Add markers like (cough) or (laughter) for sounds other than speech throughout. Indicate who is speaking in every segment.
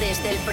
Speaker 1: Desde el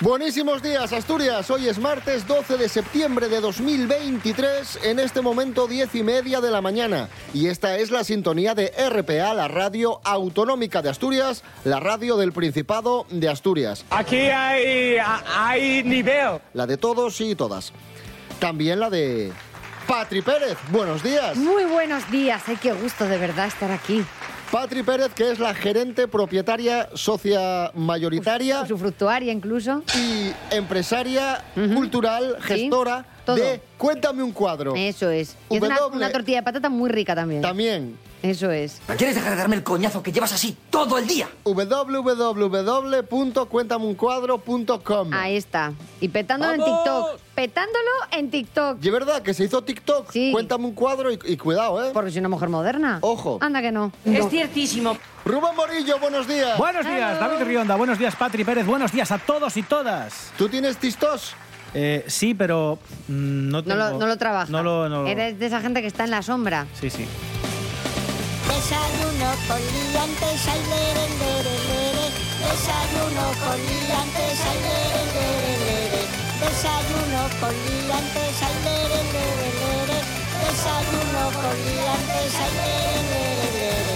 Speaker 2: Buenísimos días, Asturias. Hoy es martes 12 de septiembre de 2023, en este momento 10 y media de la mañana. Y esta es la sintonía de RPA, la radio autonómica de Asturias, la radio del Principado de Asturias.
Speaker 3: Aquí hay, hay nivel.
Speaker 2: La de todos y todas. También la de Patri Pérez. Buenos días.
Speaker 4: Muy buenos días, ay, qué gusto de verdad estar aquí.
Speaker 2: Patri Pérez, que es la gerente propietaria, socia mayoritaria
Speaker 4: Usufructuaria incluso.
Speaker 2: y empresaria cultural,
Speaker 4: Sí,
Speaker 2: gestora
Speaker 4: todo.
Speaker 2: de Cuéntame un cuadro.
Speaker 4: Eso es. Y
Speaker 2: Un
Speaker 4: hace una,
Speaker 2: doble.
Speaker 4: una tortilla de patata muy rica también.
Speaker 2: También
Speaker 4: Eso es.
Speaker 5: ¿No quieres dejar de darme el coñazo que llevas así todo el día?
Speaker 2: www.cuéntameuncuadro.com.
Speaker 4: Ahí está. Y petándolo en TikTok. Petándolo en TikTok.
Speaker 2: Y es verdad que se hizo TikTok.
Speaker 4: Sí.
Speaker 2: Cuéntame un cuadro y, y cuidado, ¿eh?
Speaker 4: Porque soy una mujer moderna.
Speaker 2: Ojo.
Speaker 4: Anda que no.
Speaker 6: Es ciertísimo.
Speaker 2: Rubén Morillo, buenos días.
Speaker 7: Buenos días, David Rionda. Buenos días, Patri Pérez. Buenos días a todos y todas.
Speaker 2: ¿Tú tienes tistos?
Speaker 7: Eh, sí, pero mm, no
Speaker 4: No
Speaker 7: tengo...
Speaker 4: lo, no lo trabaja.
Speaker 7: No lo... no lo-
Speaker 4: Eres de esa gente que está en la sombra.
Speaker 7: Sí, sí.
Speaker 8: Desayuno con liantes, ay, lere, lere, lere. Desayuno con liantes, ay, lere, lere, lere. Desayuno con liantes, ay, lere, lere, lere. Desayuno con liantes, ay, lere, lere, lere.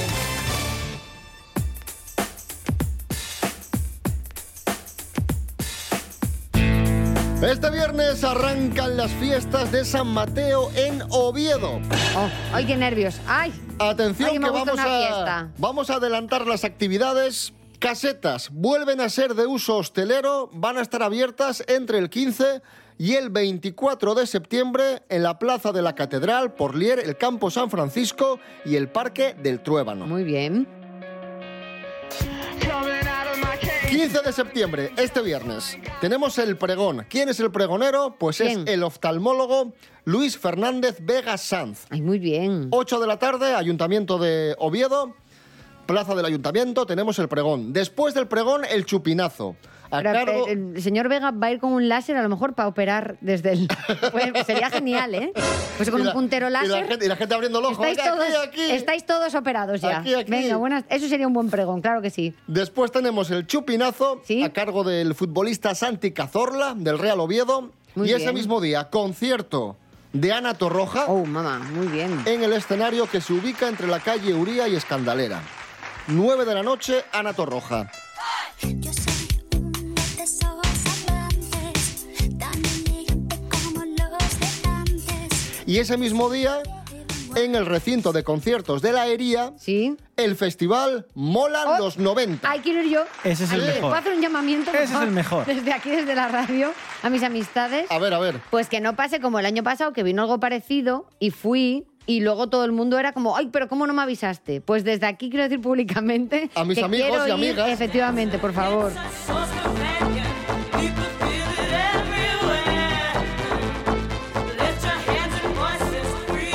Speaker 2: Este viernes arrancan las fiestas de San Mateo en Oviedo.
Speaker 4: Oh, ay, qué nervios. Ay.
Speaker 2: Atención
Speaker 4: Ay, que me
Speaker 2: que
Speaker 4: gusta
Speaker 2: vamos
Speaker 4: una
Speaker 2: a,
Speaker 4: fiesta.
Speaker 2: vamos a adelantar las actividades. Casetas vuelven a ser de uso hostelero, van a estar abiertas entre el 15 y el 24 de septiembre en la Plaza de la Catedral, Porlier, el Campo San Francisco y el Parque del Truébano.
Speaker 4: Muy bien.
Speaker 2: 15 de septiembre, este viernes, tenemos el pregón. ¿Quién es el pregonero? Pues
Speaker 4: ¿Quién?
Speaker 2: es el oftalmólogo Luis Fernández Vega Sanz.
Speaker 4: Ay, muy bien.
Speaker 2: 8 de la tarde, Ayuntamiento de Oviedo, Plaza del Ayuntamiento, tenemos el pregón. Después del pregón, el chupinazo. A
Speaker 4: Pero,
Speaker 2: cargo-
Speaker 4: eh, el señor Vega va a ir con un láser a lo mejor para operar desde el... (laughs) Pues sería genial, ¿eh? Pues con
Speaker 2: y la-
Speaker 4: un puntero
Speaker 2: y la
Speaker 4: láser...
Speaker 2: gente- Y la gente abriendo el ojo.
Speaker 4: Estáis,
Speaker 2: "Venga,
Speaker 4: todos,
Speaker 2: aquí, aquí".
Speaker 4: estáis todos operados ya.
Speaker 2: Aquí, aquí.
Speaker 4: Venga, buenas. Eso sería un buen pregón, claro que sí.
Speaker 2: Después tenemos el chupinazo
Speaker 4: Sí.
Speaker 2: a cargo del futbolista Santi Cazorla, del Real Oviedo.
Speaker 4: Muy
Speaker 2: y ese
Speaker 4: bien.
Speaker 2: mismo día, concierto de Ana Torroja
Speaker 4: Oh, mamá, muy bien.
Speaker 2: en el escenario que se ubica entre la calle Uría y Escandalera. 9 de la noche, Ana Torroja.
Speaker 8: Yo soy una de esos amantes, tan elegante como los de antes.
Speaker 2: Y ese mismo día, en el recinto de conciertos de la Hería,
Speaker 4: ¿Sí?
Speaker 2: el festival Molan
Speaker 4: Oh.
Speaker 2: los 90.
Speaker 4: Ay, quiero ir yo.
Speaker 7: Ese es
Speaker 4: Ay,
Speaker 7: el
Speaker 4: ¿Puedo
Speaker 7: mejor.
Speaker 4: hacer un llamamiento? por
Speaker 7: Ese es
Speaker 4: favor?
Speaker 7: el mejor.
Speaker 4: Desde aquí, desde la radio, a mis amistades.
Speaker 2: A ver, a ver.
Speaker 4: Pues que no pase como el año pasado, que vino algo parecido y fui... Y luego todo el mundo era como, ay, pero ¿cómo no me avisaste? Pues desde aquí quiero decir públicamente
Speaker 2: A mis
Speaker 4: que
Speaker 2: amigos
Speaker 4: quiero
Speaker 2: y
Speaker 4: ir,
Speaker 2: amigas.
Speaker 4: Efectivamente, por favor.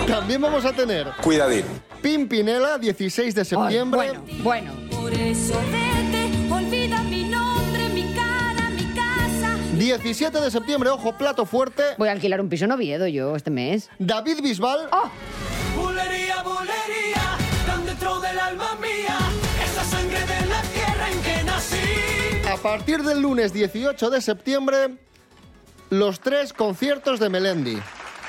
Speaker 2: También vamos a tener
Speaker 9: Cuidadín.
Speaker 2: Pimpinela, 16 de
Speaker 4: Ay,
Speaker 2: septiembre.
Speaker 4: bueno, bueno.
Speaker 8: Por eso vete, olvida mi nombre, mi cara, mi casa.
Speaker 2: 17 de septiembre, ojo, plato fuerte.
Speaker 4: Voy a alquilar un piso en Oviedo yo este mes.
Speaker 2: David Bisbal,
Speaker 4: ¡Oh!
Speaker 3: Bulería, bulería, tan dentro del alma mía. Es la sangre de la tierra en que nací.
Speaker 2: a partir del lunes 18 de septiembre, los tres conciertos de Melendi.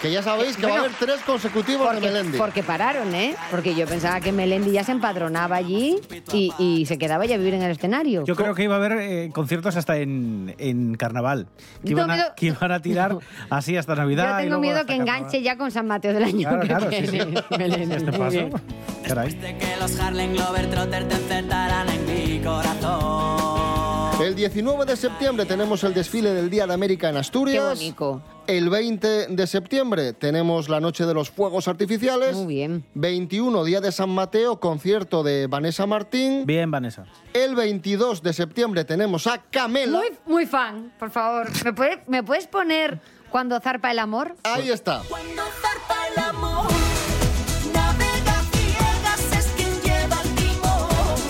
Speaker 2: Que ya sabéis que va a
Speaker 4: Bueno,
Speaker 2: haber tres consecutivos de
Speaker 4: Porque,
Speaker 2: Melendi.
Speaker 4: porque pararon, ¿eh? Porque yo pensaba que Melendi ya se empadronaba allí y, y se quedaba ya a vivir en el escenario.
Speaker 7: Yo creo que iba a haber eh, conciertos hasta en, en Carnaval. Que
Speaker 4: Yo
Speaker 7: iban,
Speaker 4: tengo
Speaker 7: a,
Speaker 4: miedo-
Speaker 7: que iban
Speaker 4: (laughs)
Speaker 7: a tirar así hasta Navidad.
Speaker 4: Yo
Speaker 7: y
Speaker 4: tengo
Speaker 7: luego
Speaker 4: miedo
Speaker 7: hasta
Speaker 4: que
Speaker 7: Carnaval.
Speaker 4: enganche ya con San Mateo del año
Speaker 7: Claro,
Speaker 4: que
Speaker 7: claro, sí, sí.
Speaker 4: viene. (laughs) Melendi.
Speaker 7: Este
Speaker 4: Muy bien.
Speaker 7: paso. Caray.
Speaker 10: De que los Harlem Glover Trotter te enfrentarán en mi corazón.
Speaker 2: El 19 de septiembre tenemos el desfile del Día de América en Asturias.
Speaker 4: Qué bonito.
Speaker 2: El 20 de septiembre tenemos la Noche de los Fuegos Artificiales.
Speaker 4: Muy bien.
Speaker 2: 21, Día de San Mateo, concierto de Vanessa Martín.
Speaker 7: Bien, Vanessa.
Speaker 2: El 22 de septiembre tenemos a Camela.
Speaker 4: Muy, muy fan, por favor. ¿Me, puede- ¿Me puedes poner cuando zarpa el amor?
Speaker 2: Ahí está.
Speaker 8: Cuando zarpa el amor, navega ciegas, es quien lleva el timón.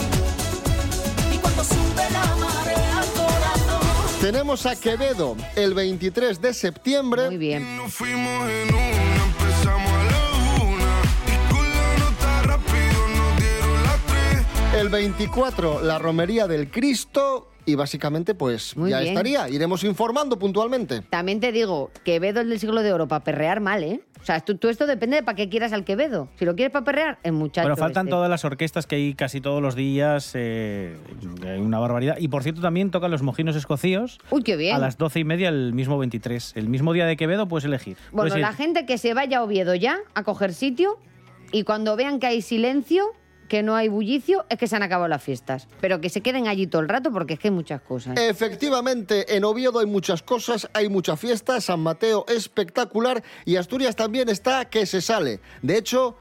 Speaker 8: Y cuando sube la marea al corazón,
Speaker 2: Tenemos a Quevedo el 23 de septiembre.
Speaker 4: Muy bien.
Speaker 6: Nos fuimos en una, empezamos a la una. Y con la nota rápido nos dieron las tres.
Speaker 2: El 24, la romería del Cristo. Y básicamente, pues
Speaker 4: Muy
Speaker 2: ya
Speaker 4: bien.
Speaker 2: estaría. Iremos informando puntualmente.
Speaker 4: También te digo, Quevedo es del siglo de oro, para perrear mal, ¿eh? O sea, tú, tú esto depende de para qué quieras al Quevedo. Si lo quieres para perrear, el muchacho.
Speaker 7: Pero faltan
Speaker 4: este.
Speaker 7: todas las orquestas que hay casi todos los días. eh, hay una barbaridad. Y por cierto, también tocan los mojinos escocíos.
Speaker 4: Uy, qué bien.
Speaker 7: A las doce y media el mismo 23. El mismo día de Quevedo puedes elegir.
Speaker 11: Pues
Speaker 4: Bueno,
Speaker 7: Puedes ir.
Speaker 4: la gente que se vaya a Oviedo ya a coger sitio y cuando vean que hay silencio, que no hay bullicio, es que se han acabado las fiestas. Pero que se queden allí todo el rato porque es que hay muchas cosas.
Speaker 7: Eh,
Speaker 2: Efectivamente, en Oviedo hay muchas cosas, hay mucha fiesta, San Mateo espectacular y Asturias también está que se sale. De hecho,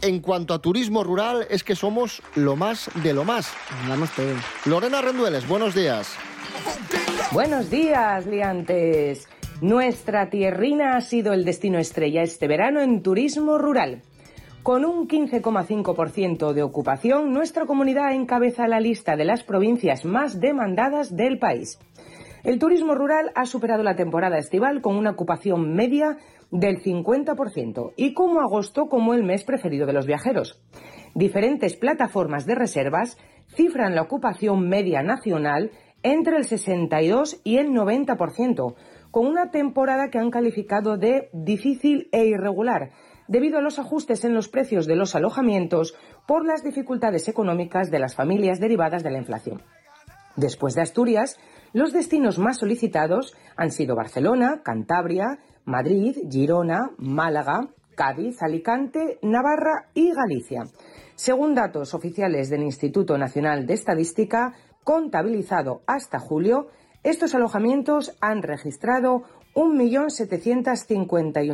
Speaker 2: en cuanto a turismo rural, es que somos lo más de lo más.
Speaker 4: Vamos todos.
Speaker 2: Lorena Rendueles, buenos días.
Speaker 9: Buenos días, liantes. Nuestra tierrina ha sido el destino estrella este verano en turismo rural. Con un 15,5% de ocupación, nuestra comunidad encabeza la lista de las provincias más demandadas del país. El turismo rural ha superado la temporada estival con una ocupación media del 50% y como agosto como el mes preferido de los viajeros. Diferentes plataformas de reservas cifran la ocupación media nacional entre el 62 y el 90%, con una temporada que han calificado de difícil e irregular debido a los ajustes en los precios de los alojamientos por las dificultades económicas de las familias derivadas de la inflación. Después de Asturias, los destinos más solicitados han sido Barcelona, Cantabria, Madrid, Girona, Málaga, Cádiz, Alicante, Navarra y Galicia. Según datos oficiales del Instituto Nacional de Estadística, contabilizado hasta julio, estos alojamientos han registrado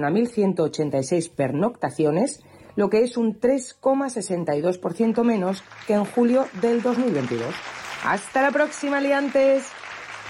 Speaker 9: 1.751.186 pernoctaciones, lo que es un 3,62% menos que en julio del 2022. Hasta la próxima, liantes.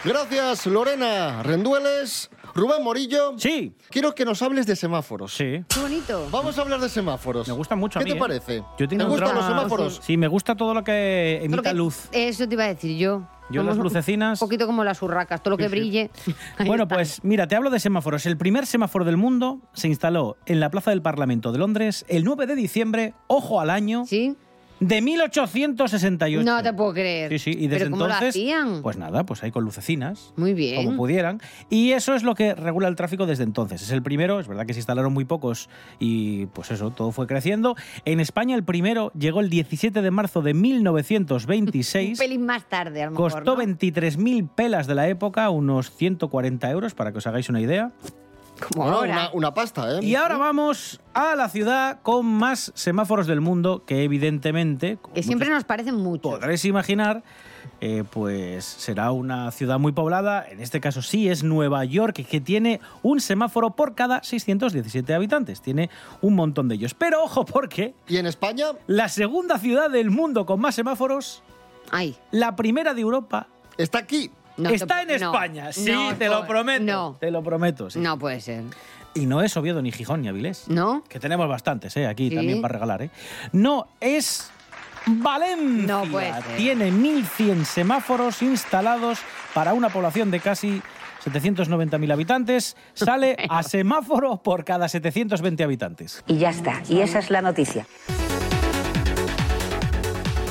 Speaker 2: Gracias, Lorena Rendueles. Rubén Morillo.
Speaker 7: Sí.
Speaker 2: Quiero que nos hables de semáforos.
Speaker 7: Sí.
Speaker 4: Qué bonito.
Speaker 2: Vamos a hablar de semáforos.
Speaker 7: Me gusta mucho a
Speaker 2: ¿Qué
Speaker 7: mí,
Speaker 2: te
Speaker 7: ¿eh?
Speaker 2: parece?
Speaker 7: Yo
Speaker 2: ¿Te
Speaker 7: tengo un
Speaker 2: gustan los
Speaker 7: drama-
Speaker 2: semáforos?
Speaker 7: Sí, me gusta todo lo que
Speaker 4: Todo lo
Speaker 7: emita
Speaker 4: que-
Speaker 7: luz.
Speaker 4: Eso te iba a decir yo.
Speaker 7: Yo las lucecinas-
Speaker 4: Un poquito como las urracas, todo lo que
Speaker 7: (laughs)
Speaker 4: brille. Ahí
Speaker 7: Bueno,
Speaker 4: está.
Speaker 7: pues mira, te hablo de semáforos. El primer semáforo del mundo se instaló en la Plaza del Parlamento de Londres el 9 de diciembre, ojo al año,
Speaker 4: ¿Sí?
Speaker 7: de 1868.
Speaker 4: No te puedo creer.
Speaker 7: Sí, sí, y desde
Speaker 4: ¿Pero cómo lo
Speaker 7: entonces.
Speaker 4: hacían?
Speaker 7: Pues nada, pues ahí con lucecinas.
Speaker 4: Muy bien.
Speaker 7: Como pudieran. Y eso es lo que regula el tráfico desde entonces. Es el primero, es verdad que se instalaron muy pocos y pues eso, todo fue creciendo. En España el primero llegó el 17 de marzo de
Speaker 4: Un
Speaker 7: 1926.
Speaker 4: pelín más tarde, a lo mejor.
Speaker 7: Costó
Speaker 4: ¿no?
Speaker 7: 23.000 pelas de la época, unos 140 euros, para que os hagáis una idea.
Speaker 4: Como
Speaker 2: Bueno,
Speaker 4: ahora.
Speaker 2: una, una pasta, ¿eh?
Speaker 7: Y ahora vamos a la ciudad con más semáforos del mundo, que evidentemente, como
Speaker 4: Que siempre
Speaker 7: muchos
Speaker 4: nos parecen mucho.
Speaker 7: podréis imaginar, eh, pues será una ciudad muy poblada. En este caso sí es Nueva York, que tiene un semáforo por cada 617 habitantes. Tiene un montón de ellos. Pero ojo, porque
Speaker 2: ¿Y en España?
Speaker 7: la segunda ciudad del mundo con más semáforos,
Speaker 4: Ay.
Speaker 7: la primera de Europa,
Speaker 2: Está aquí.
Speaker 4: no te
Speaker 7: está en
Speaker 4: pu- no,
Speaker 7: España, sí,
Speaker 4: no,
Speaker 7: te
Speaker 4: no,
Speaker 7: lo prometo.
Speaker 4: No,
Speaker 7: Te lo prometo, sí.
Speaker 4: no puede ser.
Speaker 7: Y no es Oviedo, ni Gijón, ni Avilés.
Speaker 4: ¿No?
Speaker 7: Que tenemos bastantes, ¿eh? Aquí
Speaker 4: Sí.
Speaker 7: también para regalar, ¿eh? No, es Valencia.
Speaker 4: No puede ser.
Speaker 7: Tiene 1.100 semáforos instalados para una población de casi 790.000 habitantes. Sale a semáforo por cada 720 habitantes.
Speaker 12: Y ya está, y esa es la noticia.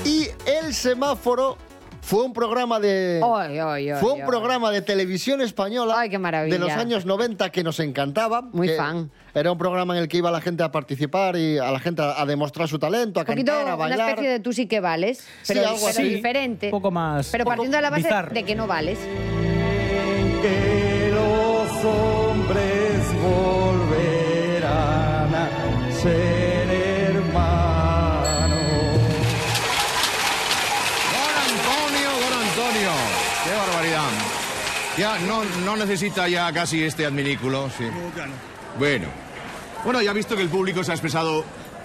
Speaker 2: Y el semáforo fue un programa de.
Speaker 4: Ay, ay, ay,
Speaker 2: Fue un
Speaker 4: ay.
Speaker 2: programa de televisión española
Speaker 4: Ay, qué maravilla.
Speaker 2: de los años 90 que nos encantaba.
Speaker 4: Muy
Speaker 2: que
Speaker 4: fan.
Speaker 2: Era un programa en el que iba la gente a participar y a la gente a, a demostrar su talento, a
Speaker 4: Un poquito
Speaker 2: cantar, a
Speaker 4: una
Speaker 2: bailar.
Speaker 4: especie de tú sí que vales,
Speaker 2: Sí,
Speaker 4: pero,
Speaker 2: algo
Speaker 4: pero
Speaker 2: así.
Speaker 4: diferente.
Speaker 7: Un poco más-
Speaker 4: Pero
Speaker 7: un poco
Speaker 4: partiendo de la base
Speaker 7: bizarro.
Speaker 4: de que no vales.
Speaker 3: Que los hombres volverán a ser hermanos.
Speaker 13: Don Antonio, don Antonio. Qué barbaridad. Ya no, no necesita ya casi este adminículo. Sí. Bueno. Bueno, ya ha visto que el público se ha expresado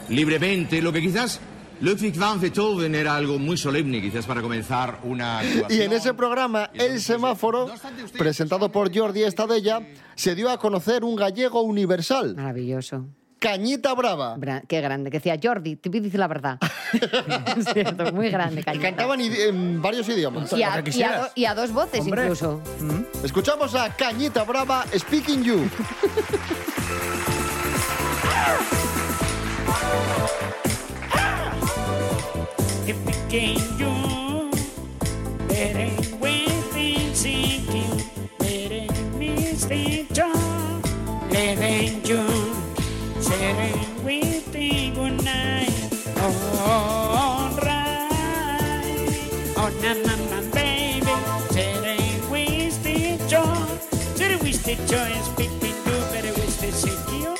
Speaker 13: libremente, lo que quizás Ludwig van Beethoven era algo muy solemne, quizás para comenzar una
Speaker 2: Y
Speaker 13: actuación.
Speaker 2: en ese programa, El Semáforo,
Speaker 4: Ah.
Speaker 2: presentado por Jordi Estadella, se dio a conocer un gallego universal,
Speaker 4: Maravilloso.
Speaker 2: Cañita Brava.
Speaker 4: qué grande, que decía Jordi, te dice la
Speaker 7: (laughs)
Speaker 4: verdad. es cierto, muy grande,
Speaker 2: Y
Speaker 4: Cañita.
Speaker 2: cantaban idi- en varios idiomas.
Speaker 4: Y a, y a do- y a dos voces
Speaker 2: Hombre.
Speaker 4: incluso.
Speaker 2: Escuchamos a Cañita Brava Speaking You.
Speaker 11: If it came you, that ain't with me seeking, that ain't me stay strong, that ain't you, that ain't with me good night. All right, oh na na na baby, that ain't with me joy, that we stay joy is picking you, better we stay seeking you.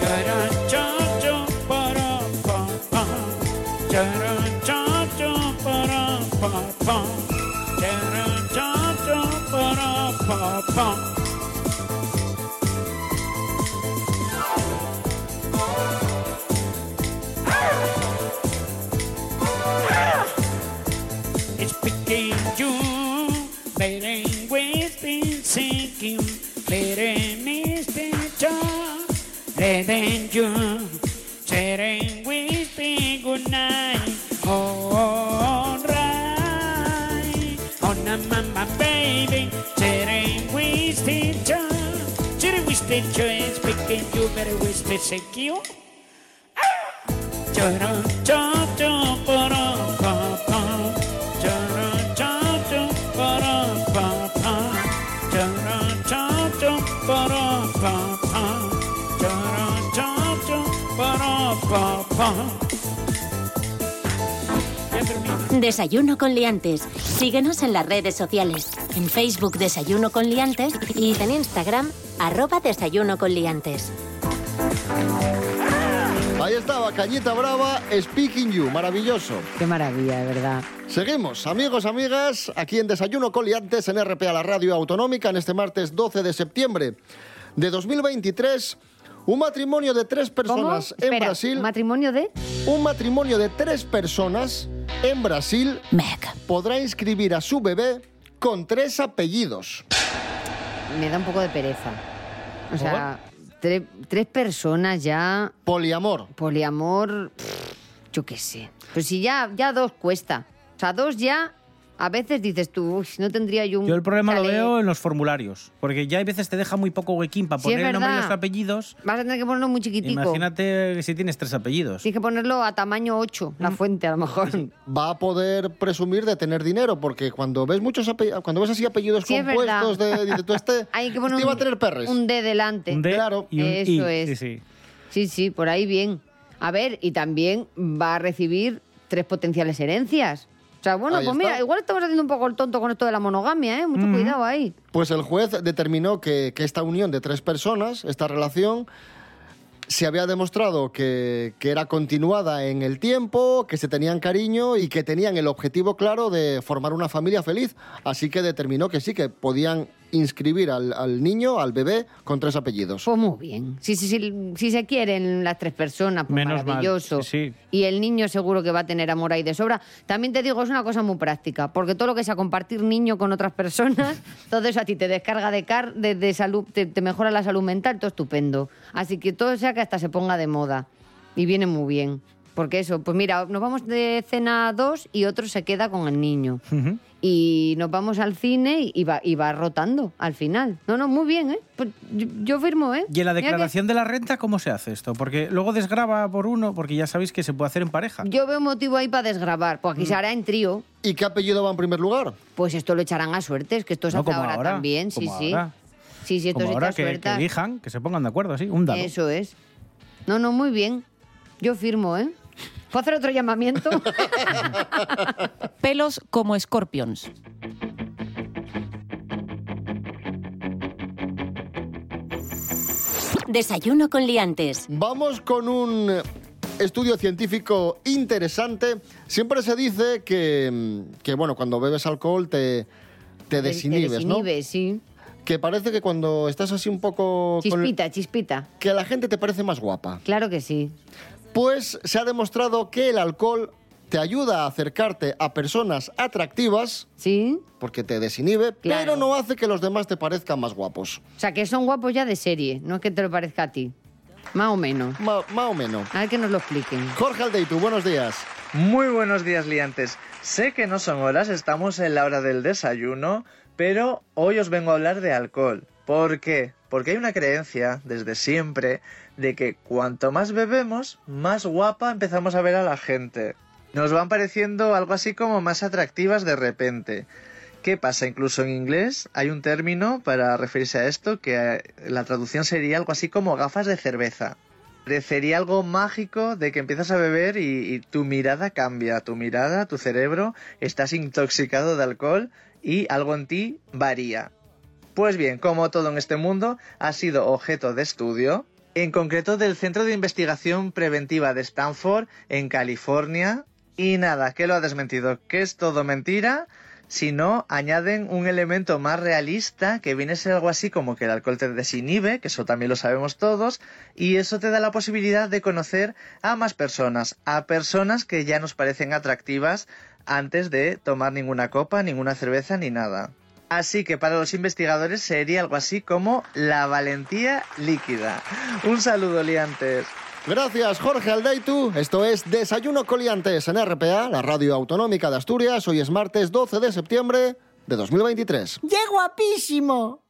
Speaker 11: Cha-ra-cha-cha-pa-ra-pa-pa. Cha-ra-cha-cha-pa-ra-pa-pa. Cha-ra-cha-cha-pa-ra-pa-pa. It's picking you, better with me sinking, better Mr. John, better you, better with me good night. All right, oh na mama baby, better with me John, better with me John, it's picking you, better with me sinking. Charan, chan, chan, paran, pa, pa. Charan, chan, chan, paran, pa, pa. Charan, chan, chan, paran, pa, pa. Charan, chan, chan, paran, pa, pa.
Speaker 1: Desayuno con liantes. Síguenos en las redes sociales. En Facebook Desayuno con liantes y en Instagram arroba Desayuno con liantes.
Speaker 2: Ahí estaba Cañita Brava Speaking You. Maravilloso.
Speaker 4: Qué maravilla, de verdad.
Speaker 2: Seguimos, amigos, amigas, aquí en Desayuno Coliantes en RPA, la radio autonómica, en este martes 12 de septiembre de 2023. Un matrimonio de tres personas en
Speaker 4: Espera,
Speaker 2: Brasil. ¿Un
Speaker 4: matrimonio de?
Speaker 2: Un matrimonio de tres personas en Brasil podrá inscribir a su bebé con tres apellidos.
Speaker 4: Me da un poco de pereza. O sea, tre- tres personas ya.
Speaker 2: Poliamor.
Speaker 4: Poliamor. pff, yo qué sé. Pero si ya, ya dos cuesta. O sea, dos ya. A veces dices tú, "Uy, no tendría yo un.
Speaker 7: Yo el problema lo
Speaker 4: chale".
Speaker 7: veo en los formularios, porque ya hay veces te deja muy poco huequín para
Speaker 4: Sí,
Speaker 7: poner
Speaker 4: es
Speaker 7: el nombre y
Speaker 4: verdad.
Speaker 7: los apellidos.
Speaker 4: Vas a tener que ponerlo muy chiquitico.
Speaker 7: Imagínate si tienes tres apellidos.
Speaker 4: Tienes que ponerlo a tamaño 8, la fuente, a lo
Speaker 7: (laughs)
Speaker 4: mejor.
Speaker 2: Va a poder presumir de tener dinero, porque cuando ves muchos ape- cuando ves así apellidos
Speaker 4: Sí, es verdad.
Speaker 2: compuestos, de, dices tú, este,
Speaker 4: (laughs) Hay que
Speaker 2: este
Speaker 4: poner
Speaker 2: iba
Speaker 4: un,
Speaker 2: a tener perres.
Speaker 4: un D delante.
Speaker 2: claro.
Speaker 4: Eso es. Sí, sí, por ahí bien. A ver, y también va a recibir tres potenciales herencias. O sea, bueno,
Speaker 2: Ahí
Speaker 4: pues
Speaker 2: está.
Speaker 4: mira, igual estamos haciendo un poco el tonto con esto de la monogamia, ¿eh? Mucho cuidado ahí.
Speaker 2: Pues el juez determinó que, que esta unión de tres personas, esta relación, se había demostrado que, que era continuada en el tiempo, que se tenían cariño y que tenían el objetivo claro de formar una familia feliz. Así que determinó que sí, que podían inscribir al, al niño, al bebé, con tres apellidos.
Speaker 4: Pues muy bien. Sí, sí, sí, si se quieren las tres personas, pues
Speaker 2: Menos mal,
Speaker 4: maravilloso.
Speaker 2: sí, sí.
Speaker 4: Y el niño seguro que va a tener amor ahí de sobra. También te digo, es una cosa muy práctica, porque todo lo que sea compartir niño con otras personas, (laughs) todo eso a ti te descarga de, car de, de salud, te, te mejora la salud mental, todo estupendo. Así que todo sea que hasta se ponga de moda. Y viene muy bien. Porque eso, pues mira, nos vamos de cena a dos y otro se queda con el niño. Y nos vamos al cine y- y va, y va rotando al final. No, no, muy bien, ¿eh? Pues yo, yo firmo, ¿eh?
Speaker 7: ¿Y en la
Speaker 4: Mira que-
Speaker 7: declaración de la renta cómo se hace esto? Porque luego desgraba por uno, porque ya sabéis que se puede hacer en pareja.
Speaker 4: Yo veo motivo ahí para desgrabar, pues
Speaker 7: Mm.
Speaker 4: aquí se hará en trío.
Speaker 2: ¿Y qué apellido va en primer lugar?
Speaker 4: Pues esto lo echarán a suerte, es que esto se
Speaker 7: No,
Speaker 4: hace
Speaker 7: como
Speaker 4: ahora,
Speaker 7: ahora,
Speaker 4: también, sí,
Speaker 7: como
Speaker 4: sí.
Speaker 7: ahora.
Speaker 4: Sí, sí, esto
Speaker 7: Como
Speaker 4: se
Speaker 7: ahora
Speaker 4: echa a
Speaker 7: que,
Speaker 4: suerte.
Speaker 7: que elijan, que se pongan de acuerdo, así, un dado.
Speaker 4: Eso es. No, no, muy bien. Yo firmo, ¿eh? ¿Puedo hacer otro
Speaker 7: (laughs)
Speaker 4: llamamiento?
Speaker 14: Pelos como escorpions.
Speaker 1: Desayuno con liantes.
Speaker 2: Vamos con un eh, estudio científico interesante. Siempre se dice que, mm, que, bueno, cuando bebes alcohol te, te desinhibes,
Speaker 4: Te
Speaker 2: ¿no?
Speaker 4: desinhibes, sí.
Speaker 2: Que parece que cuando estás así un poco... con-
Speaker 4: Chispita, chispita.
Speaker 2: que la gente te parece más guapa.
Speaker 4: Claro que sí.
Speaker 2: Pues se ha demostrado que el alcohol te ayuda a acercarte a personas atractivas.
Speaker 4: Sí.
Speaker 2: Porque te desinhibe,
Speaker 4: Claro.
Speaker 2: pero no hace que los demás te parezcan más guapos.
Speaker 4: O sea, que son guapos ya de serie, no es que te lo parezca a ti. Más o menos.
Speaker 2: más o menos.
Speaker 4: A ver que nos lo expliquen.
Speaker 2: Jorge Aldeitu, buenos días.
Speaker 14: Muy buenos días, liantes. Sé que no son horas, estamos en la hora del desayuno, pero hoy os vengo a hablar de alcohol. ¿Por qué? Porque hay una creencia, desde siempre, de que cuanto más bebemos, más guapa empezamos a ver a la gente. Nos van pareciendo algo así como más atractivas de repente. ¿Qué pasa? Incluso en inglés hay un término para referirse a esto que eh, la traducción sería algo así como gafas de cerveza. Parecería algo mágico de que empiezas a beber y, y tu mirada cambia, tu mirada, tu cerebro, estás intoxicado de alcohol y algo en ti varía. Pues bien, como todo en este mundo, ha sido objeto de estudio, en concreto del Centro de Investigación Preventiva de Stanford, en California, y nada, que lo ha desmentido, que es todo mentira, sino añaden un elemento más realista que viene a ser algo así como que el alcohol te desinhibe, que eso también lo sabemos todos, y eso te da la posibilidad de conocer a más personas, a personas que ya nos parecen atractivas antes de tomar ninguna copa, ninguna cerveza ni nada. Así que para los investigadores sería algo así como la valentía líquida. Un saludo, liantes.
Speaker 2: Gracias, Jorge Aldeitu. Esto es Desayuno Coliantes en RPA, la radio autonómica de Asturias. Hoy es martes 12 de septiembre de 2023.
Speaker 8: ¡Qué guapísimo!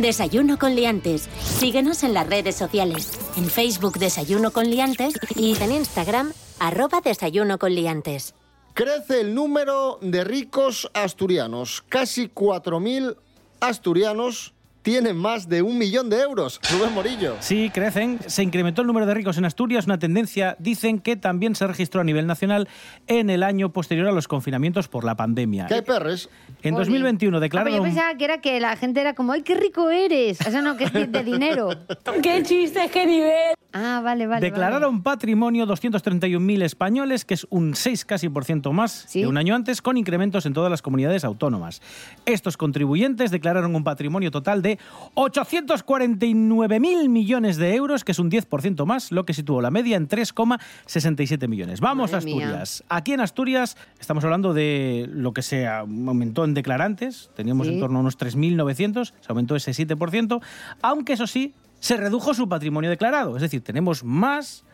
Speaker 1: Desayuno con liantes. Síguenos en las redes sociales. En Facebook Desayuno con liantes y en Instagram arroba Desayuno con liantes.
Speaker 2: Crece el número de ricos asturianos. Casi 4.000 asturianos tienen más de un millón de euros. Rubén Morillo.
Speaker 7: Sí, crecen. Se incrementó el número de ricos en Asturias, una tendencia, dicen, que también se registró a nivel nacional en el año posterior a los confinamientos por la pandemia.
Speaker 2: ¿Qué hay perres?
Speaker 7: En 2021 declararon...
Speaker 4: Ah, pero yo pensaba que era que la gente era como, ¡ay, qué rico eres! O sea, no, que es de- de dinero. (laughs) ¡Qué chistes, qué nivel! Ah, vale, vale.
Speaker 7: Declararon patrimonio 231.000 españoles, que es un 6 casi por ciento más de un año antes, con incrementos en todas las comunidades autónomas. Estos contribuyentes declararon un patrimonio total de 849.000 millones de euros, que es un 10% más, lo que situó la media en 3,67 millones. Vamos,
Speaker 4: Madre mía.
Speaker 7: Asturias. Aquí en Asturias estamos hablando de lo que se aumentó en declarantes. Teníamos
Speaker 4: Sí.
Speaker 7: en torno a unos 3.900, se aumentó ese 7%, aunque eso sí, se redujo su patrimonio declarado. Es decir, tenemos más...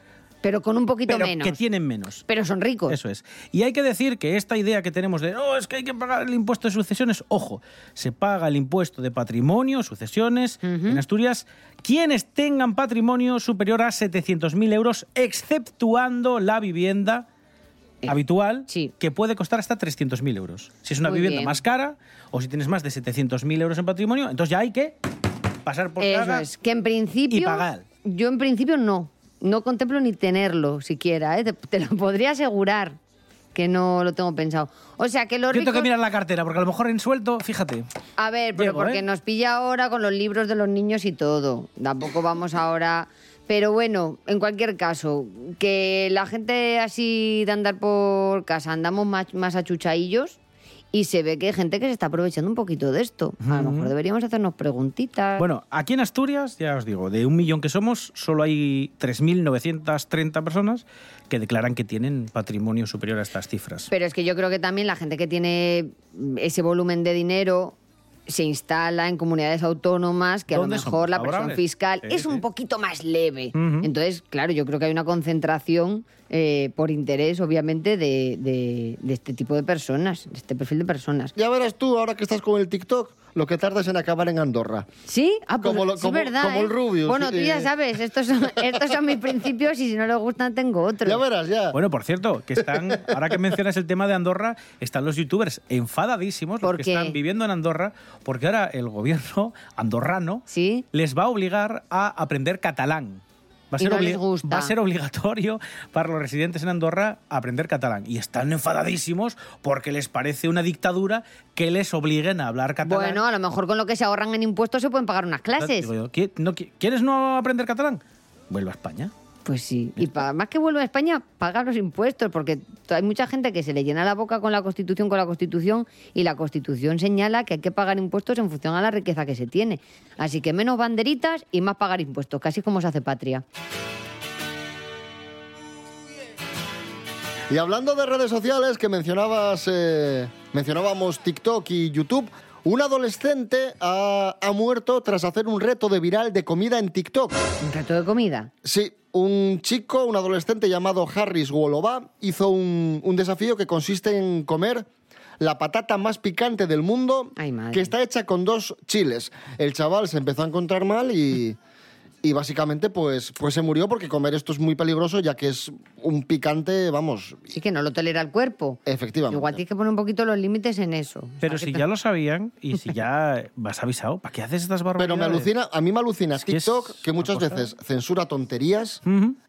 Speaker 4: Pero con un poquito
Speaker 7: pero
Speaker 4: menos.
Speaker 7: que tienen menos.
Speaker 4: Pero son ricos.
Speaker 7: Eso es. Y hay que decir que esta idea que tenemos de, no, es que hay que pagar el impuesto de sucesiones, ojo, se paga el impuesto de patrimonio, sucesiones, en Asturias, quienes tengan patrimonio superior a 700.000 euros, exceptuando la vivienda
Speaker 4: Eh,
Speaker 7: habitual, que puede costar hasta 300.000 euros. Si es una
Speaker 4: Muy
Speaker 7: vivienda
Speaker 4: bien.
Speaker 7: más cara o si tienes más de 700.000 euros en patrimonio, entonces ya hay que pasar por
Speaker 4: Eso
Speaker 7: caja.
Speaker 4: es, que en principio...
Speaker 7: y pagar.
Speaker 4: Yo en principio no. No contemplo ni tenerlo siquiera, ¿eh? te, te lo podría asegurar que no lo tengo pensado. O sea, que los
Speaker 7: Yo tengo que
Speaker 4: ricos...
Speaker 7: mirar la cartera, porque a lo mejor en suelto, fíjate.
Speaker 4: A ver, pero
Speaker 7: Llego,
Speaker 4: porque
Speaker 7: ¿eh?
Speaker 4: nos pilla ahora con los libros de los niños y todo. Tampoco vamos ahora... Pero bueno, en cualquier caso, que la gente así de andar por casa andamos más, más achuchaillos y se ve que hay gente que se está aprovechando un poquito de esto. A lo mejor deberíamos hacernos preguntitas.
Speaker 7: Bueno, aquí en Asturias, ya os digo, de un millón que somos, solo hay 3.930 personas que declaran que tienen patrimonio superior a estas cifras.
Speaker 4: Pero es que yo creo que también la gente que tiene ese volumen de dinero se instala en comunidades autónomas que a lo
Speaker 7: ¿Dónde son?
Speaker 4: mejor la presión
Speaker 7: Favorables.
Speaker 4: fiscal
Speaker 7: Sí,
Speaker 4: es un
Speaker 7: sí.
Speaker 4: poquito más leve.
Speaker 7: Ujú.
Speaker 4: Entonces, claro, yo creo que hay una concentración eh, por interés, obviamente, de, de- de este tipo de personas, de este perfil de personas.
Speaker 2: Ya verás tú, ahora que estás con el TikTok, lo que tardas en acabar en Andorra.
Speaker 4: ¿Sí? Ah, pues
Speaker 2: Como lo-
Speaker 4: sí,
Speaker 2: como-
Speaker 4: verdad,
Speaker 2: como
Speaker 4: ¿eh?
Speaker 2: el Rubius,
Speaker 4: Bueno, tú ya
Speaker 2: eh.
Speaker 4: sabes,
Speaker 2: (laughs)
Speaker 4: estos son, estos son mis principios y si no les gustan tengo otros.
Speaker 2: Ya verás, ya.
Speaker 7: Bueno, por cierto, que están, ahora que mencionas el tema de Andorra, están los youtubers enfadadísimos, los que
Speaker 4: qué?
Speaker 7: están viviendo en Andorra, porque ahora el gobierno andorrano les va a obligar a aprender catalán. Va a,
Speaker 4: Y
Speaker 7: ser
Speaker 4: no les
Speaker 7: obli-
Speaker 4: gusta.
Speaker 7: va a ser obligatorio para los residentes en Andorra aprender catalán. Y están enfadadísimos porque les parece una dictadura que les obliguen a hablar catalán.
Speaker 4: Bueno, a lo mejor con lo que se ahorran en impuestos se pueden pagar unas clases.
Speaker 7: Digo yo, ¿qui- no qui- ¿Quieres no aprender catalán? Vuelvo a España.
Speaker 4: Pues sí. Y pa- más que vuelva a España, paga los impuestos, porque t- hay mucha gente que se le llena la boca con la Constitución, con la Constitución, y la Constitución señala que hay que pagar impuestos en función a la riqueza que se tiene. Así que menos banderitas y más pagar impuestos, casi como se hace patria.
Speaker 2: Y hablando de redes sociales que mencionabas, eh, mencionábamos TikTok y YouTube, un adolescente ha, ha muerto tras hacer un reto de viral de comida en TikTok.
Speaker 4: ¿Un reto de comida?
Speaker 2: Sí, un chico, un adolescente llamado Harris Wolova, hizo un, un desafío que consiste en comer la patata más picante del mundo, que está hecha con dos chiles. El chaval se empezó a encontrar mal y, y básicamente pues, pues se murió porque comer esto es muy peligroso ya que es un picante, vamos,
Speaker 4: Sí, que no lo tolera el cuerpo.
Speaker 2: efectivamente.
Speaker 4: Igual tienes que poner un poquito los límites en eso.
Speaker 7: Pero si ya lo sabían y
Speaker 4: (laughs)
Speaker 7: si ya vas avisado, ¿para qué haces estas
Speaker 2: Pero
Speaker 7: barbaridades?
Speaker 2: me alucina, a mí me alucina
Speaker 7: que es
Speaker 2: TikTok, que,
Speaker 7: una
Speaker 2: muchas
Speaker 7: cosa-
Speaker 2: veces censura tonterías.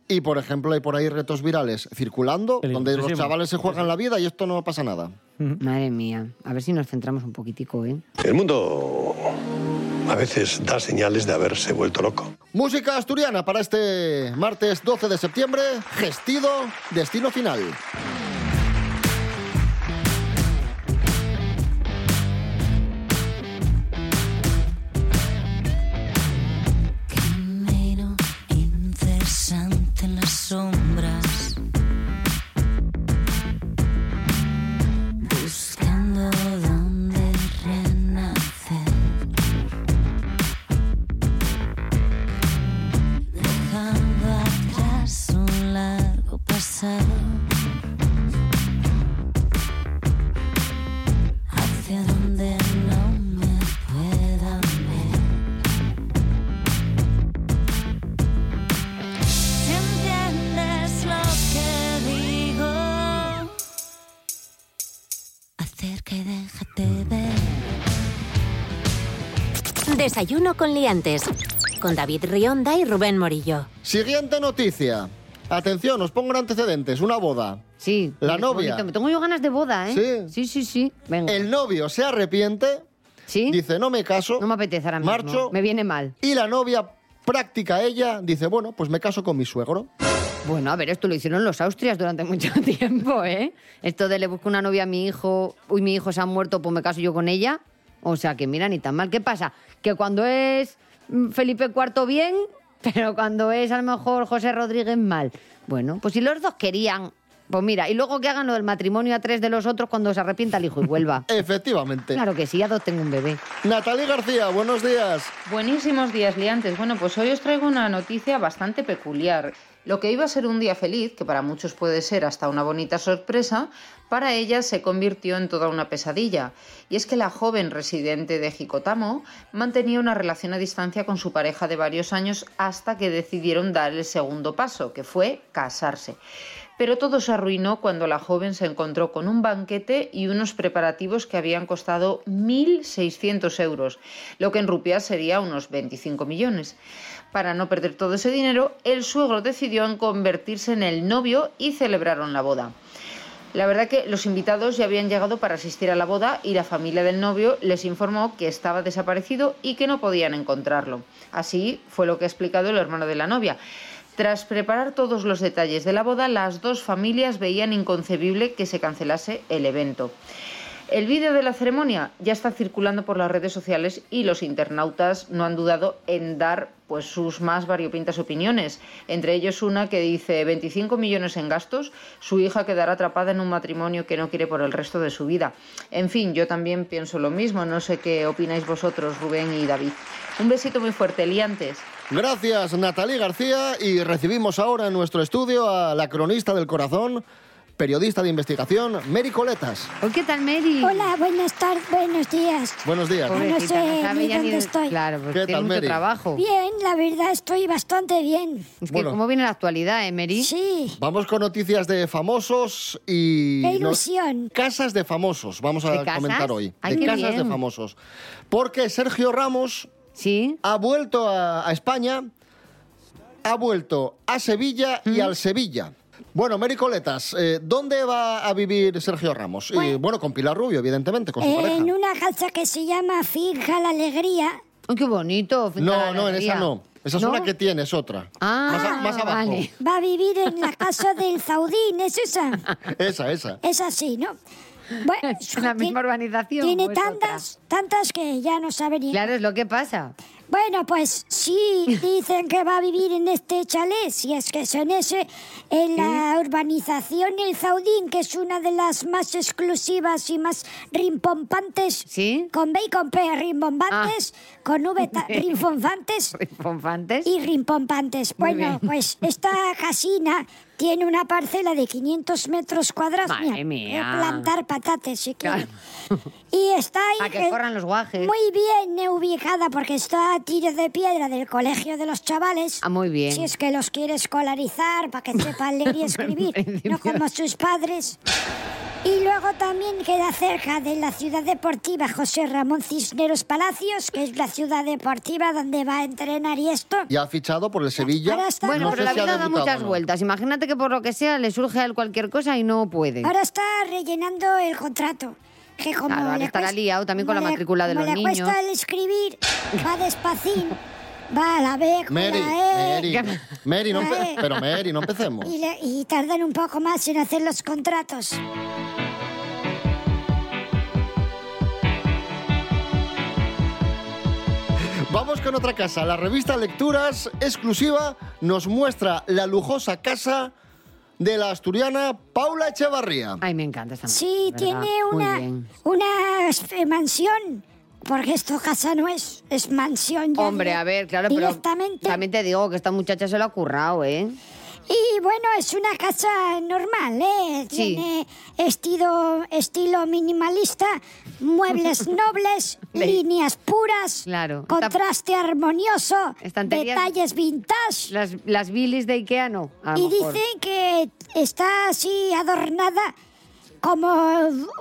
Speaker 2: Y, por ejemplo, hay por ahí retos virales circulando, donde los
Speaker 4: Peligrosísimo.
Speaker 2: chavales se juegan la vida y esto no pasa nada.
Speaker 4: Madre mía, a ver si nos centramos un poquitico, ¿eh?
Speaker 15: El mundo a veces da señales de haberse vuelto loco.
Speaker 2: Música asturiana para este martes 12 de septiembre, Gestido, Destino Final.
Speaker 16: Camino incesante en las sombras, buscando dónde renacer. Dejando atrás un largo pasado, hacia donde no me puedan ver. Si entiendes lo que digo, acerca y déjate
Speaker 1: Desayuno con liantes. Con David Rionda y Rubén Morillo.
Speaker 2: Siguiente noticia. Atención, os pongo en antecedentes, una boda.
Speaker 4: Sí.
Speaker 2: La
Speaker 4: Qué
Speaker 2: novia.
Speaker 4: bonito. Tengo yo ganas de boda, ¿eh? Sí, sí, sí. Venga.
Speaker 2: El novio se arrepiente.
Speaker 4: Sí.
Speaker 2: Dice, no me caso.
Speaker 4: No me apetece ahora mismo.
Speaker 2: Marcho.
Speaker 4: Me viene mal.
Speaker 2: Y la novia práctica ella, dice, bueno, pues me caso con mi suegro.
Speaker 4: Bueno, a ver, esto lo hicieron los austrias durante mucho (laughs) tiempo, ¿eh? Esto de le busco una novia a mi hijo, uy, mi hijo se ha muerto, pues me caso yo con ella. O sea, que mira, ni tan mal. ¿Qué pasa? Que cuando es mm, Felipe IV bien, (laughs) pero cuando es a lo mejor José Rodríguez mal. Bueno, pues si los dos querían, pues mira, y luego que hagan lo del matrimonio a tres de los otros cuando se arrepienta el hijo y
Speaker 2: (laughs)
Speaker 4: vuelva.
Speaker 2: Efectivamente.
Speaker 4: Claro que sí, adopten un bebé.
Speaker 2: Natalie García, buenos días.
Speaker 17: Buenísimos días, liantes. Bueno, pues hoy os traigo una noticia bastante peculiar. Lo que iba a ser un día feliz, que para muchos puede ser hasta una bonita sorpresa, para ella se convirtió en toda una pesadilla. Y es que la joven residente de Jicotamo mantenía una relación a distancia con su pareja de varios años hasta que decidieron dar el segundo paso, que fue casarse. Pero todo se arruinó cuando la joven se encontró con un banquete y unos preparativos que habían costado 1.600 euros, lo que en rupias sería unos 25 millones. Para no perder todo ese dinero, el suegro decidió en convertirse en el novio y celebraron la boda. La verdad que los invitados ya habían llegado para asistir a la boda y la familia del novio les informó que estaba desaparecido y que no podían encontrarlo. Así fue lo que ha explicado el hermano de la novia. Tras preparar todos los detalles de la boda, las dos familias veían inconcebible que se cancelase el evento. El vídeo de la ceremonia ya está circulando por las redes sociales y los internautas no han dudado en dar pues sus más variopintas opiniones, entre ellos una que dice 25 millones en gastos, su hija quedará atrapada en un matrimonio que no quiere por el resto de su vida. En fin, yo también pienso lo mismo, no sé qué opináis vosotros, Rubén y David. Un besito muy fuerte, liantes.
Speaker 2: Gracias, Natalie García. Y recibimos ahora en nuestro estudio a la cronista del corazón, periodista de investigación, Mary Coletas.
Speaker 4: Pues, ¿Qué tal, Mary?
Speaker 18: Hola, pues buenas tardes, buenos días.
Speaker 2: Buenos días.
Speaker 18: no
Speaker 4: Pobrecita, no
Speaker 18: sé
Speaker 4: sabe
Speaker 18: ni
Speaker 4: ya ni
Speaker 18: dónde
Speaker 4: de-
Speaker 18: estoy.
Speaker 4: Claro, pues ¿Qué tiene tal, mucho Mary? trabajo.
Speaker 18: Bien, la verdad, estoy bastante bien.
Speaker 4: Es que ¿Cómo viene la actualidad, eh, Mary?
Speaker 18: Sí.
Speaker 2: Vamos con noticias de famosos y...
Speaker 18: Qué
Speaker 2: nos-
Speaker 18: ilusión.
Speaker 2: Casas de famosos, vamos
Speaker 18: ¿De
Speaker 2: a
Speaker 18: casas?
Speaker 2: comentar hoy.
Speaker 18: Ay,
Speaker 2: de
Speaker 18: qué
Speaker 2: casas
Speaker 18: bien.
Speaker 2: de famosos. Porque Sergio Ramos
Speaker 4: ha
Speaker 2: vuelto a, a España, ha vuelto a Sevilla y al Sevilla. Bueno, Mary Coletas, eh, ¿dónde va a vivir Sergio Ramos? Y, bueno, con Pilar Rubio, evidentemente, con su pareja.
Speaker 18: en una casa que se llama Finja la Alegría.
Speaker 4: Ay, Oh, qué bonito.
Speaker 2: No, no, en esa no. Esa es una que tiene, es otra.
Speaker 4: Ah,
Speaker 2: Más a- más abajo.
Speaker 18: Va a vivir en la casa del Zaudín, ¿es
Speaker 17: (laughs)
Speaker 18: esa?
Speaker 2: Esa, esa.
Speaker 18: Es así, ¿no? Bueno,
Speaker 4: (laughs)
Speaker 18: es
Speaker 4: la misma urbanización.
Speaker 18: Tiene
Speaker 4: pues, otra.
Speaker 18: tantas, tantas que ya no sabe ni...
Speaker 4: Claro, es lo que pasa.
Speaker 18: Bueno, pues sí, dicen que va a vivir en este chalet, si es que son ese, en la urbanización El Zaudín, que es una de las más exclusivas y más rimpompantes.
Speaker 4: ¿Sí? Ah.
Speaker 18: Con B y con P, rimbombantes, con V,
Speaker 4: (laughs)
Speaker 18: ta- rimpompantes.
Speaker 4: Rimpompantes. (laughs)
Speaker 18: Y rimpompantes.
Speaker 4: Muy
Speaker 18: Bueno,
Speaker 4: bien. (laughs)
Speaker 18: pues esta casina tiene una parcela de 500 metros cuadrados. Mira,
Speaker 4: Madre mía.
Speaker 18: puede plantar patates si quiere. Y está ahí.
Speaker 4: A Ah, que
Speaker 18: eh,
Speaker 4: corran los guajes.
Speaker 18: Muy bien ubicada porque está a tiro de piedra del colegio de los chavales.
Speaker 4: Ah, muy bien.
Speaker 18: Si es que los quiere escolarizar para que sepan
Speaker 4: (laughs)
Speaker 18: leer y escribir, no como sus padres. Y luego también queda cerca de la ciudad deportiva José Ramón Cisneros Palacios, que es la ciudad deportiva donde va a entrenar y esto.
Speaker 2: Ya ha fichado por el Sevilla.
Speaker 4: Bueno,
Speaker 2: No
Speaker 4: pero
Speaker 2: sé
Speaker 4: la
Speaker 2: si ha
Speaker 4: vida da
Speaker 2: debutado
Speaker 4: muchas
Speaker 2: o no.
Speaker 4: vueltas. Imagínate que por lo que sea le surge a él cualquier cosa y no puede.
Speaker 18: Ahora está rellenando el contrato. Que como
Speaker 4: Claro, ahora
Speaker 18: le
Speaker 4: estará
Speaker 18: cuesta-
Speaker 4: liado también con
Speaker 18: como
Speaker 4: la
Speaker 18: le-
Speaker 4: matrícula de
Speaker 18: como
Speaker 4: los
Speaker 18: le
Speaker 4: niños.
Speaker 18: cuesta el escribir, (laughs) va despacín, va a la B, con
Speaker 2: Mary,
Speaker 4: eh.
Speaker 18: la E.
Speaker 2: Mary, Mary, no empe-
Speaker 18: Eh.
Speaker 4: (laughs)
Speaker 2: pero Mary, no empecemos.
Speaker 18: Y, le- y tardan un poco más en hacer los contratos.
Speaker 2: Vamos con otra casa. La revista Lecturas exclusiva nos muestra la lujosa casa de la asturiana Paula Echevarría.
Speaker 4: Ay, me encanta esta
Speaker 18: Sí, tiene una, una este, mansión, porque esto casa no es, es mansión. ya
Speaker 4: Hombre,
Speaker 18: diré-
Speaker 4: a ver, claro, pero
Speaker 18: directamente.
Speaker 4: también te digo que esta muchacha se lo ha currado, ¿eh?
Speaker 18: Y bueno, es una casa normal, ¿eh?
Speaker 4: Sí.
Speaker 18: Tiene estilo, estilo minimalista,
Speaker 4: (laughs)
Speaker 18: muebles nobles, líneas puras,
Speaker 4: Claro.
Speaker 18: contraste armonioso,
Speaker 4: Estanterías-
Speaker 18: detalles vintage.
Speaker 4: Las, las bilis de Ikea no. a lo
Speaker 18: y
Speaker 4: mejor.
Speaker 18: dicen que está así adornada como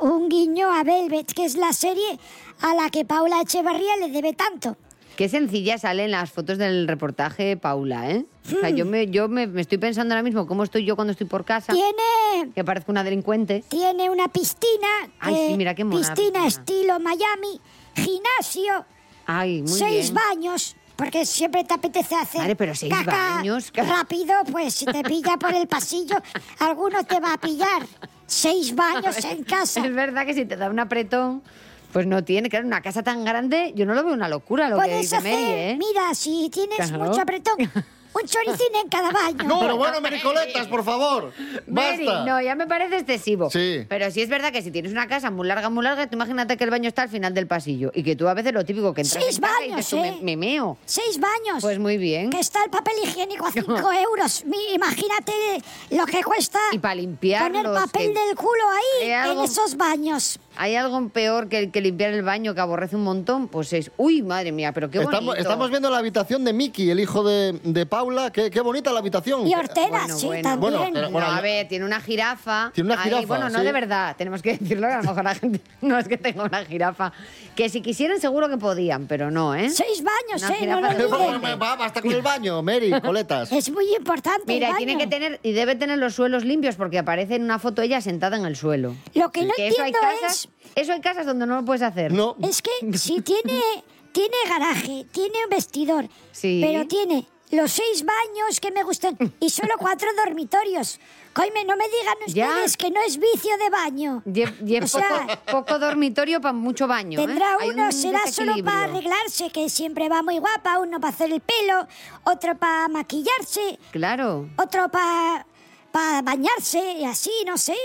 Speaker 18: un guiño a Velvet, que es la serie a la que Paula Echevarría le debe tanto.
Speaker 4: Qué sencilla salen las fotos del reportaje, Paula, ¿eh? O
Speaker 18: Hmm.
Speaker 4: sea, yo, me, yo me, me estoy pensando ahora mismo cómo estoy yo cuando estoy por casa.
Speaker 18: Tiene,
Speaker 4: Que parezco una delincuente.
Speaker 18: tiene una piscina,
Speaker 4: Ay,
Speaker 18: que-
Speaker 4: sí, mira qué mona la
Speaker 18: piscina
Speaker 4: piscina.
Speaker 18: estilo Miami, gimnasio,
Speaker 4: Ay, muy
Speaker 18: seis
Speaker 4: bien.
Speaker 18: baños, porque siempre te apetece hacer
Speaker 4: Vale, pero seis
Speaker 18: caca
Speaker 4: baños, ca-
Speaker 18: rápido, pues si te pilla por el pasillo, alguno te va a pillar. Seis baños en
Speaker 17: (laughs)
Speaker 18: casa. (laughs)
Speaker 4: Es verdad que si te da un apretón, pues no tiene. Claro, una casa tan grande, yo no lo veo una locura lo que
Speaker 18: Puedes
Speaker 4: dice
Speaker 18: hacer,
Speaker 4: Mary, ¿eh?
Speaker 18: mira, si tienes
Speaker 4: Claro.
Speaker 18: mucho apretón, un choricín en cada baño.
Speaker 2: No, pero bueno, Mericoletas, por favor.
Speaker 4: Mary,
Speaker 2: Basta.
Speaker 4: no, ya me parece excesivo.
Speaker 2: Sí.
Speaker 4: Pero sí es verdad que si tienes una casa muy larga, muy larga, tú imagínate que el baño está al final del pasillo y que tú a veces lo típico que entras
Speaker 18: Seis
Speaker 4: en casa y
Speaker 18: baños,
Speaker 4: dices tú,
Speaker 18: ¿eh?
Speaker 4: me, me meo.
Speaker 18: Seis baños.
Speaker 4: Pues muy bien. (laughs)
Speaker 18: Que está el papel higiénico a 5 euros. Mi- Imagínate lo que cuesta
Speaker 4: Y para limpiar
Speaker 18: poner papel del culo ahí
Speaker 4: Hay
Speaker 18: en
Speaker 4: algo-
Speaker 18: esos baños.
Speaker 4: ¿Hay algo peor que, que limpiar el baño que aborrece un montón? Pues es... Uy, madre mía, pero qué bonito.
Speaker 2: Estamos, estamos viendo la habitación de Mickey, el hijo de, de Paula. Qué, qué bonita la habitación.
Speaker 18: Y horteras,
Speaker 4: Bueno,
Speaker 18: sí,
Speaker 4: bueno.
Speaker 18: también.
Speaker 2: Bueno, pero- bueno,
Speaker 4: No, a
Speaker 2: no-
Speaker 4: ver, tiene una jirafa.
Speaker 2: Tiene una
Speaker 4: Ahí,
Speaker 2: jirafa,
Speaker 4: bueno, no
Speaker 2: sí.
Speaker 4: de verdad, tenemos que (laughs) decirlo, que a lo mejor la gente (laughs) no es que tenga una jirafa. Que si quisieran seguro que podían, pero no, ¿eh?
Speaker 18: Seis baños,
Speaker 4: Una
Speaker 18: ¿eh? No lo
Speaker 4: jirafa
Speaker 2: Va,
Speaker 18: olviden.
Speaker 2: va, va, basta con el baño, Mary, coletas.
Speaker 18: Es muy importante el
Speaker 4: Mira, y
Speaker 18: baño.
Speaker 4: tiene que tener y debe tener los suelos limpios porque aparece en una foto ella sentada en el suelo.
Speaker 18: Lo que no
Speaker 4: Que eso hay
Speaker 18: entiendo
Speaker 4: casas, eso hay casas donde no lo puedes hacer.
Speaker 2: No.
Speaker 18: es... Es
Speaker 4: (laughs)
Speaker 18: que si tiene, tiene garaje, tiene un vestidor,
Speaker 4: Sí.
Speaker 18: pero tiene... Los seis baños que me gustan y solo cuatro dormitorios. Coime, no me digan
Speaker 4: Ya.
Speaker 18: ustedes que no es vicio de baño.
Speaker 4: Lle- lle-
Speaker 18: O sea-
Speaker 4: poco, poco dormitorio para mucho baño. ¿eh?
Speaker 18: Tendrá
Speaker 4: Hay
Speaker 18: uno,
Speaker 4: un
Speaker 18: será solo
Speaker 4: desequilibrio.
Speaker 18: para arreglarse, que siempre va muy guapa, uno para hacer el pelo, otro para maquillarse,
Speaker 4: Claro.
Speaker 18: otro para bañarse y así, no sé.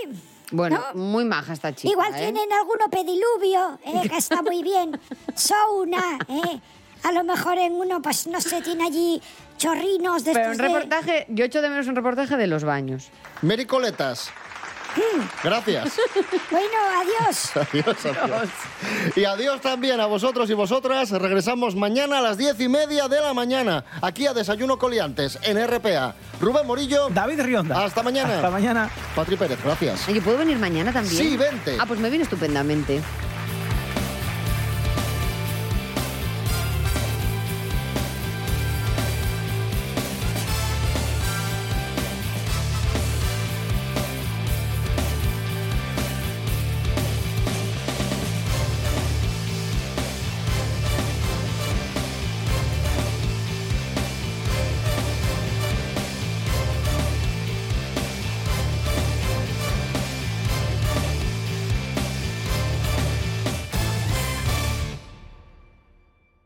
Speaker 4: Bueno,
Speaker 18: ¿No?
Speaker 4: muy maja esta chica.
Speaker 18: Igual
Speaker 4: ¿eh?
Speaker 18: tienen alguno pediluvio, eh, que está muy bien, sauna, eh. a lo mejor en uno, pues no sé, tiene allí chorrinos de
Speaker 4: Pero un
Speaker 18: estos de-
Speaker 4: reportaje, yo echo de menos un reportaje de los baños.
Speaker 2: Mary, coletas. Gracias.
Speaker 18: (laughs) Bueno,
Speaker 2: (laughs)
Speaker 18: adiós.
Speaker 2: Adiós, adiós. Y adiós también a vosotros y vosotras. Regresamos mañana a las diez y media de la mañana, aquí a Desayuno Coliantes, en RPA. Rubén Morillo.
Speaker 7: David Rionda.
Speaker 2: Hasta mañana.
Speaker 7: Hasta mañana.
Speaker 2: Patri Pérez, gracias.
Speaker 4: Ay, ¿Yo puedo venir mañana también?
Speaker 2: Sí, vente.
Speaker 4: Ah, pues me viene estupendamente.